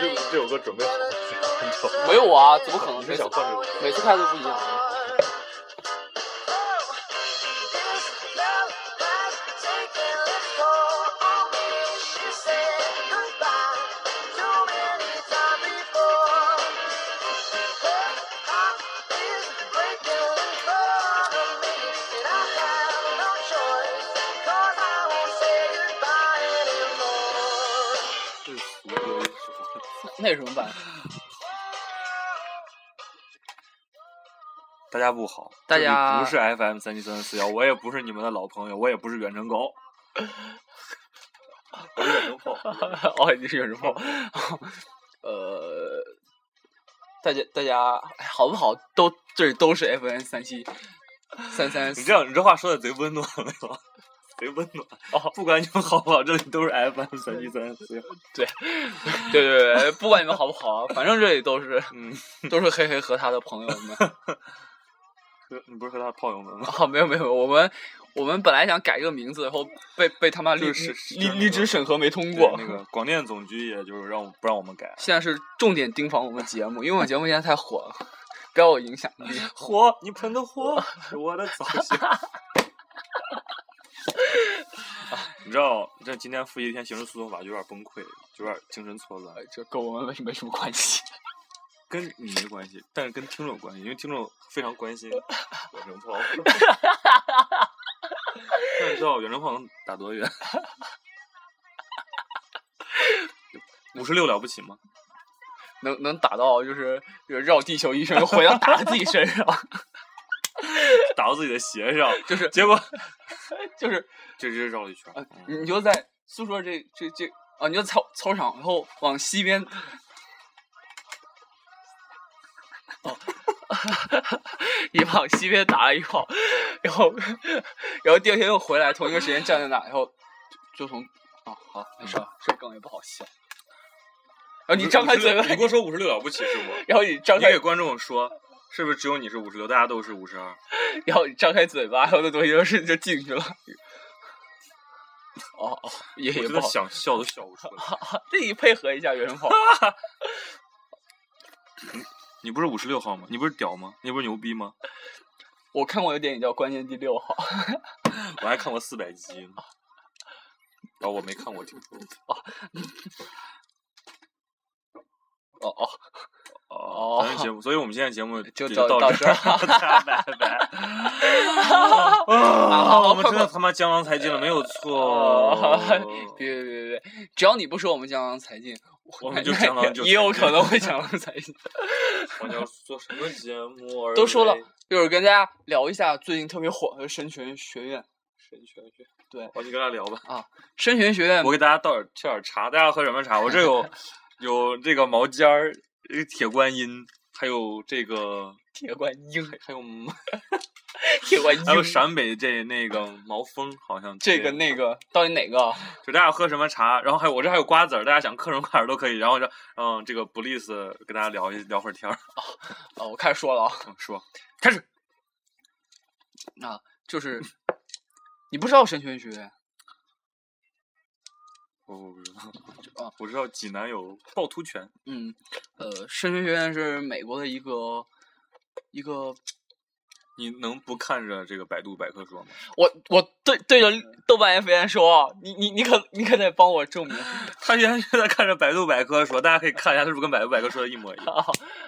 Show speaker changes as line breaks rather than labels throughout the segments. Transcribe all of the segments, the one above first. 这首这首歌准备好了，很丑。
没有啊，怎么可能？
你
每
是想
次
换这首歌？
每次开头不一样。
这是俗歌一首。
那是什么版？
大家不好，
大
这里
家
不是 FM 三七三四幺，我也不是你们的老朋友，我也不是远程狗，我是远程炮。
哦，你是有什么？ 呃，大家大家哎好不好？都这里都是 FN 三七三三
你
四
这样，你这话说的贼温暖，没有？ 贼温暖。
哦，
不管你们好不好，这里都是 FM 三七三四幺。
对对对，不管你们好不好，啊 反正这里都是
嗯，
都是黑黑和他的朋友们。
和你不是和他炮友们吗？
哦，没有没有，没有我们我们本来想改这个名字，然后被被他妈
就
律
是
师律
是就是那
律
个
师审核没通
对
过。
那个广电总局，也就是让我不让我们改。
现在是重点盯防我们节目，因为我们节目现在太火了，不要有影响 力。
火，你喷的火是我的造型。 啊你知道，这今天复习一天刑事诉讼法就有点崩溃，就有点精神错乱，
这呃跟我们没没什么关系。
跟你没关系，但是跟听众有关系，因为听众非常关心远程炮。但你知道远程炮能打多远？五十六了不起吗？
能 能打到就是就是绕地球一圈，又回到打自己身上，
打到自己的鞋上，
就是
结果
就是
就直接绕了一圈。
呃，
嗯
你你就在宿舍这这这啊，你就操操场，然后往西边。哦， 一哦往西边打了一炮，然后，然后第二天又回来，同一个时间站在那，然后就就从啊好没事儿，这梗也不好笑。然后哦你张开嘴巴
56，你给我说五十六了不起是不？
然后你张
你
开
给观众说，是不是只有你是五十六，大家都是五十二？
然后你张开嘴巴，然后那东西就是就进去了。哦哦，也
我
也
真
不
的
好，
想笑都笑不出来。
自己配合一下原声炮。
你不是五十六号吗？你不是屌吗？你不是牛逼吗？
我看过一个电影叫《关键第六号》，
我还看过四百集呢。哦，我没看过这个。
哦哦，哦
哦咱们节目，所以我们现在节目
就
到
到到
这
这儿
大家 拜拜。啊，我们真的他妈江郎才尽了，没有
哦
错。
别别别别，只要你不说我们江郎才尽，
我们就江郎就
也有
才
可
尽
能会江郎才尽。
我们要做什么节目而为？
都说了就是跟大家聊一下最近特别火的深泉学院。
神学学，
对
我去跟他聊吧。
深泉学院
我，给大家倒点沏点茶，大家喝什么茶？我这有有这个毛尖儿，呃铁观音，还有这个
铁观音，
还有
铁观
还有
音，
陕北这那个毛峰，好像
这个那个到底哪个？啊
就大家喝什么茶，然后还有我这还有瓜子儿，大家想嗑什么瓜子儿都可以。然后让嗯这个布利斯跟大家聊一聊会儿天儿，
哦，我开始说了啊，
嗯说开始
啊，就是你不知道深泉学院，
我我不知道，啊
哦
我知道济南有趵突泉，
嗯，呃，深泉学院是美国的一个一个
你能不看着这个百度百科说吗？
我我对对着豆瓣 FM 说，你你你可你可得帮我证明 啊
他原来就在看着百度百科说，大家可以看一下，是不是跟百度百科说的一模一样？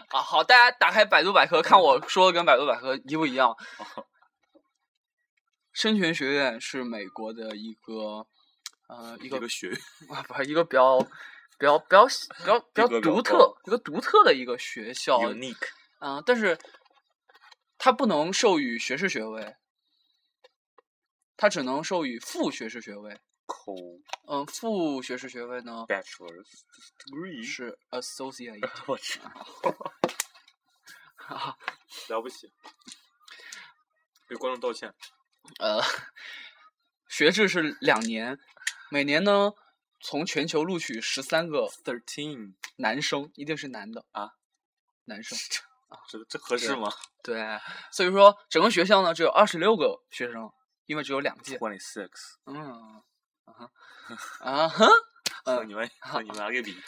啊！好，大家打开百度百科，看我说的跟百度百科一不一样。深泉学院是美国的一个呃一
一
个
个学院。
啊不是一个比较比较比较比较比较
逼格比较
独特
高
一个独特的一个学校，嗯、
unique
但是它不能授予学士学位，它只能授予副学士学位。
co
嗯，副学士学位呢
bachelor's degree。
是 associate。
我去，啊 了不起！给观众道歉。
呃， 学制是两年，每年呢从全球录取十三个
Thirteen，
男生，一定是男的
啊，
男生。
这这合适吗
对，所以说整个学校呢只有二十六个学生，因为只有两届。嗯
？Twenty six，
嗯，啊哈，啊哈，
和你们和你们来个比，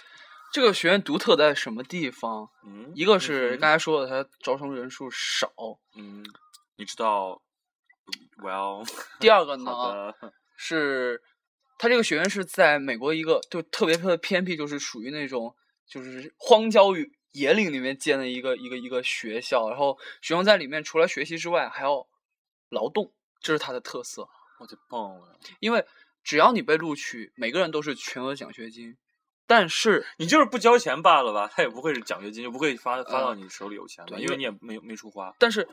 这个学院独特在什么地方？
嗯，
一个是
嗯
刚才说的，它招生人数少；
嗯，你知道，我要
第二个
好
呢
的，
是，它这个学院是在美国一个就特别特别偏僻，就是属于那种就是荒郊与野岭里面建的一个一个一个学校，然后学生在里面除了学习之外还要劳动，这是它的特色。
我得蹦了。
因为只要你被录取，每个人都是全额奖学金，但是
你就是不交钱罢了吧，他也不会是奖学金，就不会发发到
嗯
你手里有钱的，
对
因
因
为
为
你也没没处花，
但是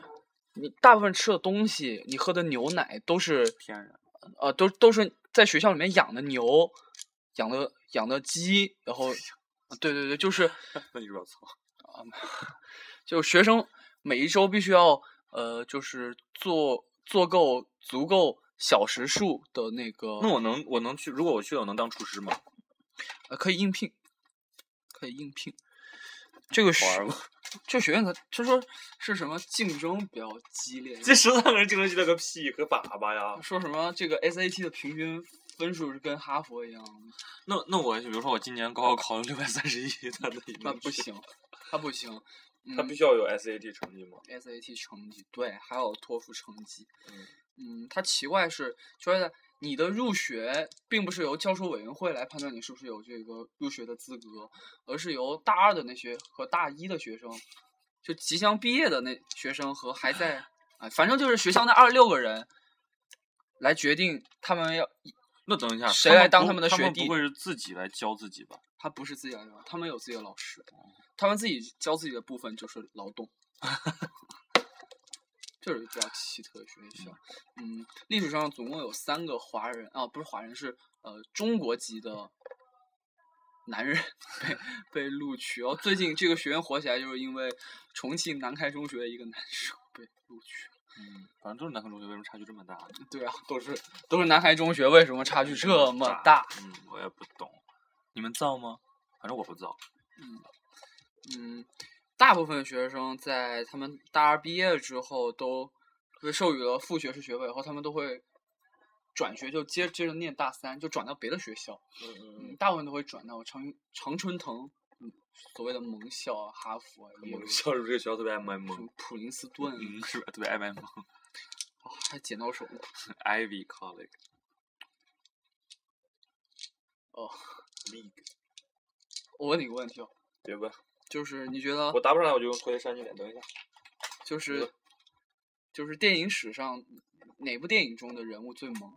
你大部分吃的东西，你喝的牛奶都是
天然。
呃，都都是在学校里面养的牛，养的养的鸡，然后，
啊
对对对，就是
那你是不是要操？
就学生每一周必须要呃，就是做做够足够小时数的那个，
那我能我能去，如果我去了，我能当厨师吗？
呃，可以应聘，可以应聘。这个学
好玩吗？
这学院可他说是什么竞争比较激烈，
这十三个人竞争激烈个屁，和粑粑呀！
说什么这个 SAT 的平均分数是跟哈佛一样，
那那我比如说我今年高考考了六百三十一，他的
那不，行，他不行，嗯、
他必须要有 SAT 成绩吗？
SAT 成绩，对，还有托福成绩。
嗯
嗯，它奇怪是，就是你的入学并不是由教授委员会来判断你是不是有这个入学的资格，而是由大二的那些和大一的学生，就即将毕业的那学生和还在，啊，反正就是学校那二十六个人，来决定他们要，
那等一下，
谁来当
不
他们的学弟
不会是自己来教自己吧？
他不是自己的人，他们有自己的老师，他们自己教自己的部分就是劳动。 这是比较奇特的学校，嗯，历史上总共有三个华人啊，不是华人，是呃中国籍的男人 被被录取。然后最近这个学院火起来，就是因为重庆南开中学的一个男生被录取。
嗯，反正都是南方中学，为什么差距这么大？
对啊，都是都是南开中学，为什么差距这么大？？
嗯，我也不懂。你们造吗？反正我不造。
嗯，大部分学生在他们大二毕业之后都被授予了副学士学位以后，他们都会转学，就接接着念大三，就转到别的学校。
嗯
嗯，大部分都会转到常常春藤，嗯，所谓的盟校啊、哈佛啊、耶
我们
鲁
校是不是这个学校特别爱卖
什
萌
么？普林斯顿啊，
嗯，是吧？特别爱卖萌。
哦还剪刀手呢。
Ivy College
哦，
League，
我问你个问题哦，
别问，
就是你觉得
我答不上来我就用拖鞋扇你脸。等一下，
就是就是电影史上哪部电影中的人物最萌？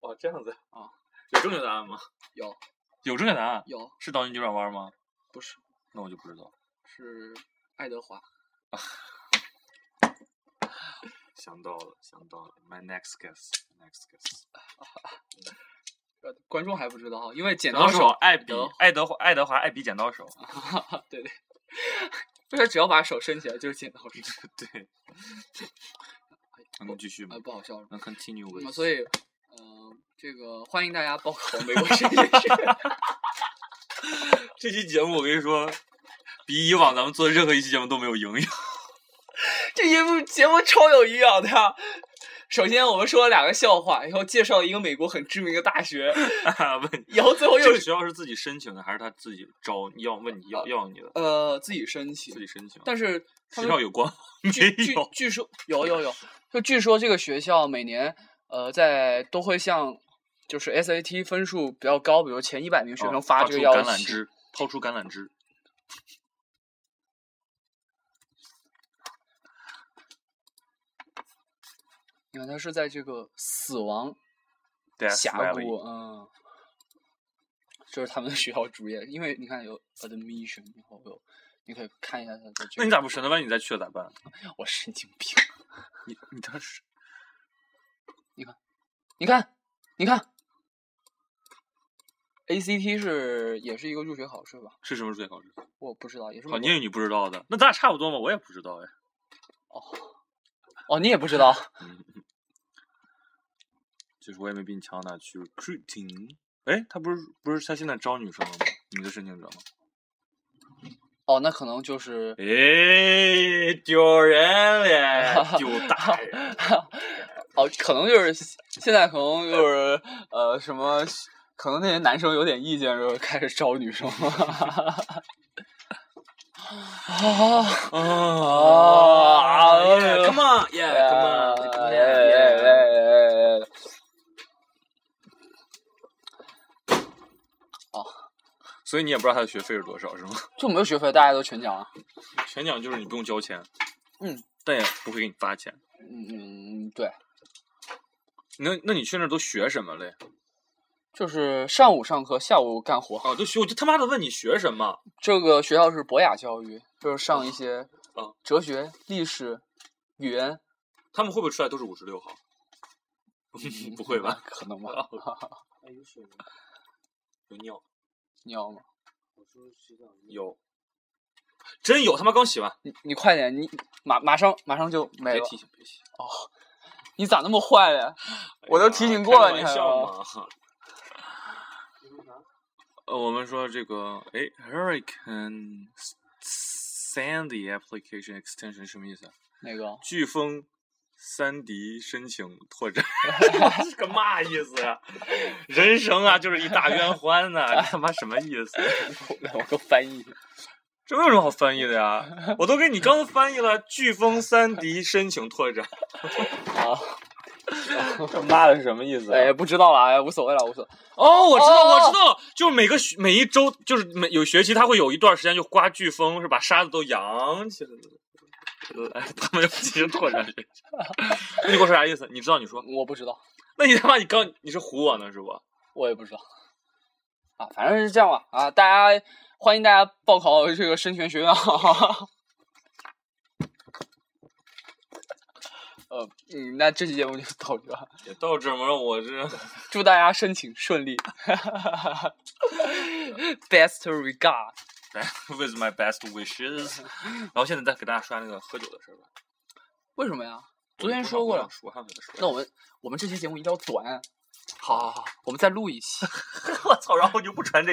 哦，这样子
啊，
有正确答案吗？
有
有正确答案，
有，
是导演急转弯吗？
不是
那我就不知道。
是爱德华。
想到了，想到了，My next guess，next guess。
呃，观众还不知道，因为剪
剪
刀
刀手
手
艾比
德，啊
爱德华，爱德华，艾比剪刀手。
对对，就是只要把手伸起来就是剪刀手，
嗯对。 能继续吗
呃，？不好笑了。
能 continue
那
with？
么所以，呃，这个欢迎大家报考美国实验室。
这期节目我跟你说，比以往咱们做的任何一期节目都没有营养。
这一部节目超有营养的呀。首先我们说了两个笑话，然后介绍了一个美国很知名的大学，
问
然后最后
这
又
个
是
学校是自己申请的，还是他自己招要问你要要你的？
呃自己申请
自，己申请。
但是他
学
们
校有关吗？
据
没
据
有。
据说有有有，就据说这个学校每年呃在都会向就是 SAT 分数比较高，比如前一百名学生发
哦发
这个
出
邀
橄榄
请。
枝，掏出橄榄枝。
你看，他是在这个死亡
对啊，
峡谷，嗯，这是他们的 学校主页，因为你看有 admission，然后有你可以看一下他的这
那你
个。
咋不审？那万一你再去了咋办？
我神经病！
你你当时
你看，你看，ACT 是也是一个入学考试吧？
是什么时候考试？
我不知道，也是
好，
美
哦你
国
也你不知道的，那咱俩差不多嘛，我也不知道哎。
哦，你也不知道。
就是我也没比你强到哪去。Recruiting，哎，他不是不是他现在招女生了吗？你的申请者吗？
哦，那可能就是
哎，丢人了， 丢大人！
哦，可能就是现现在可能就是呃什么可能那些男生有点意见，然后开始招女生。啊啊
哦
啊！Come
哎
哎
on，yeah，come on，come on，yeah。
on！
所以你也不知道他的学费是多少，是吗？
就没有学费，大家都全奖了。
全奖就是你不用交钱，
嗯，
但也不会给你发钱。
嗯嗯，对，
那那你去那儿都学什么嘞？
就是上午上课，下午干活。
哦，都学，我就他妈的问你学什么？
这个学校是博雅教育，就是上一些
哦
哲学、历史、语言。
他们会不会出来都是五十六 号？ 嗯不会吧？
嗯可能吧？
哎，有水吗？
有尿？
你要吗？
我说洗澡呢。
有，真有！他妈刚洗完，
你你快点，你马马上马上就没
别
了。
提醒，别提醒。
你咋那么坏嘞？ 我都提醒过了
哎呀
你
开
还
玩
要
笑嘛。
你说啥？
呃，我们说这个，哎，Hurricane Sandy application extension 什么意思啊？
那个
飓风三迪申请拓 展，这个嘛意思啊？人生啊，就是一大冤 欢呐、这他妈什么意思？
我给我翻译。啊
这没有什么好翻译的呀？我都给你刚翻译了，飓风三迪申请拓展，
啊，
这妈的是什么意思、啊
哎，不知道了，哎，无所谓了，无所谓。
哦，我知道，我
哦
知道了，就是每个学每一周，就是每有学期，它会有一段时间就刮飓风，是把沙子都扬起来 了。呃，他们要进行拓展。那你跟我说啥意思？你知道？你说？
我不知道，
那你他妈你刚你是唬我呢是不？
我也不知道。啊，反正是这样吧。啊，大家欢迎大家报考这个深全学院。啊 呃，嗯，那这期节目就到这儿，
也到这么让我这
祝大家申请顺利。Best regard。
with my best wishes。然后现在再给大家说下那个喝酒的事儿吧。
为什么呀？昨天说过了
我。说还没得说。
那我们我们这期节目一定要短。好好好，我们再录一期。
我操！然后就不传这。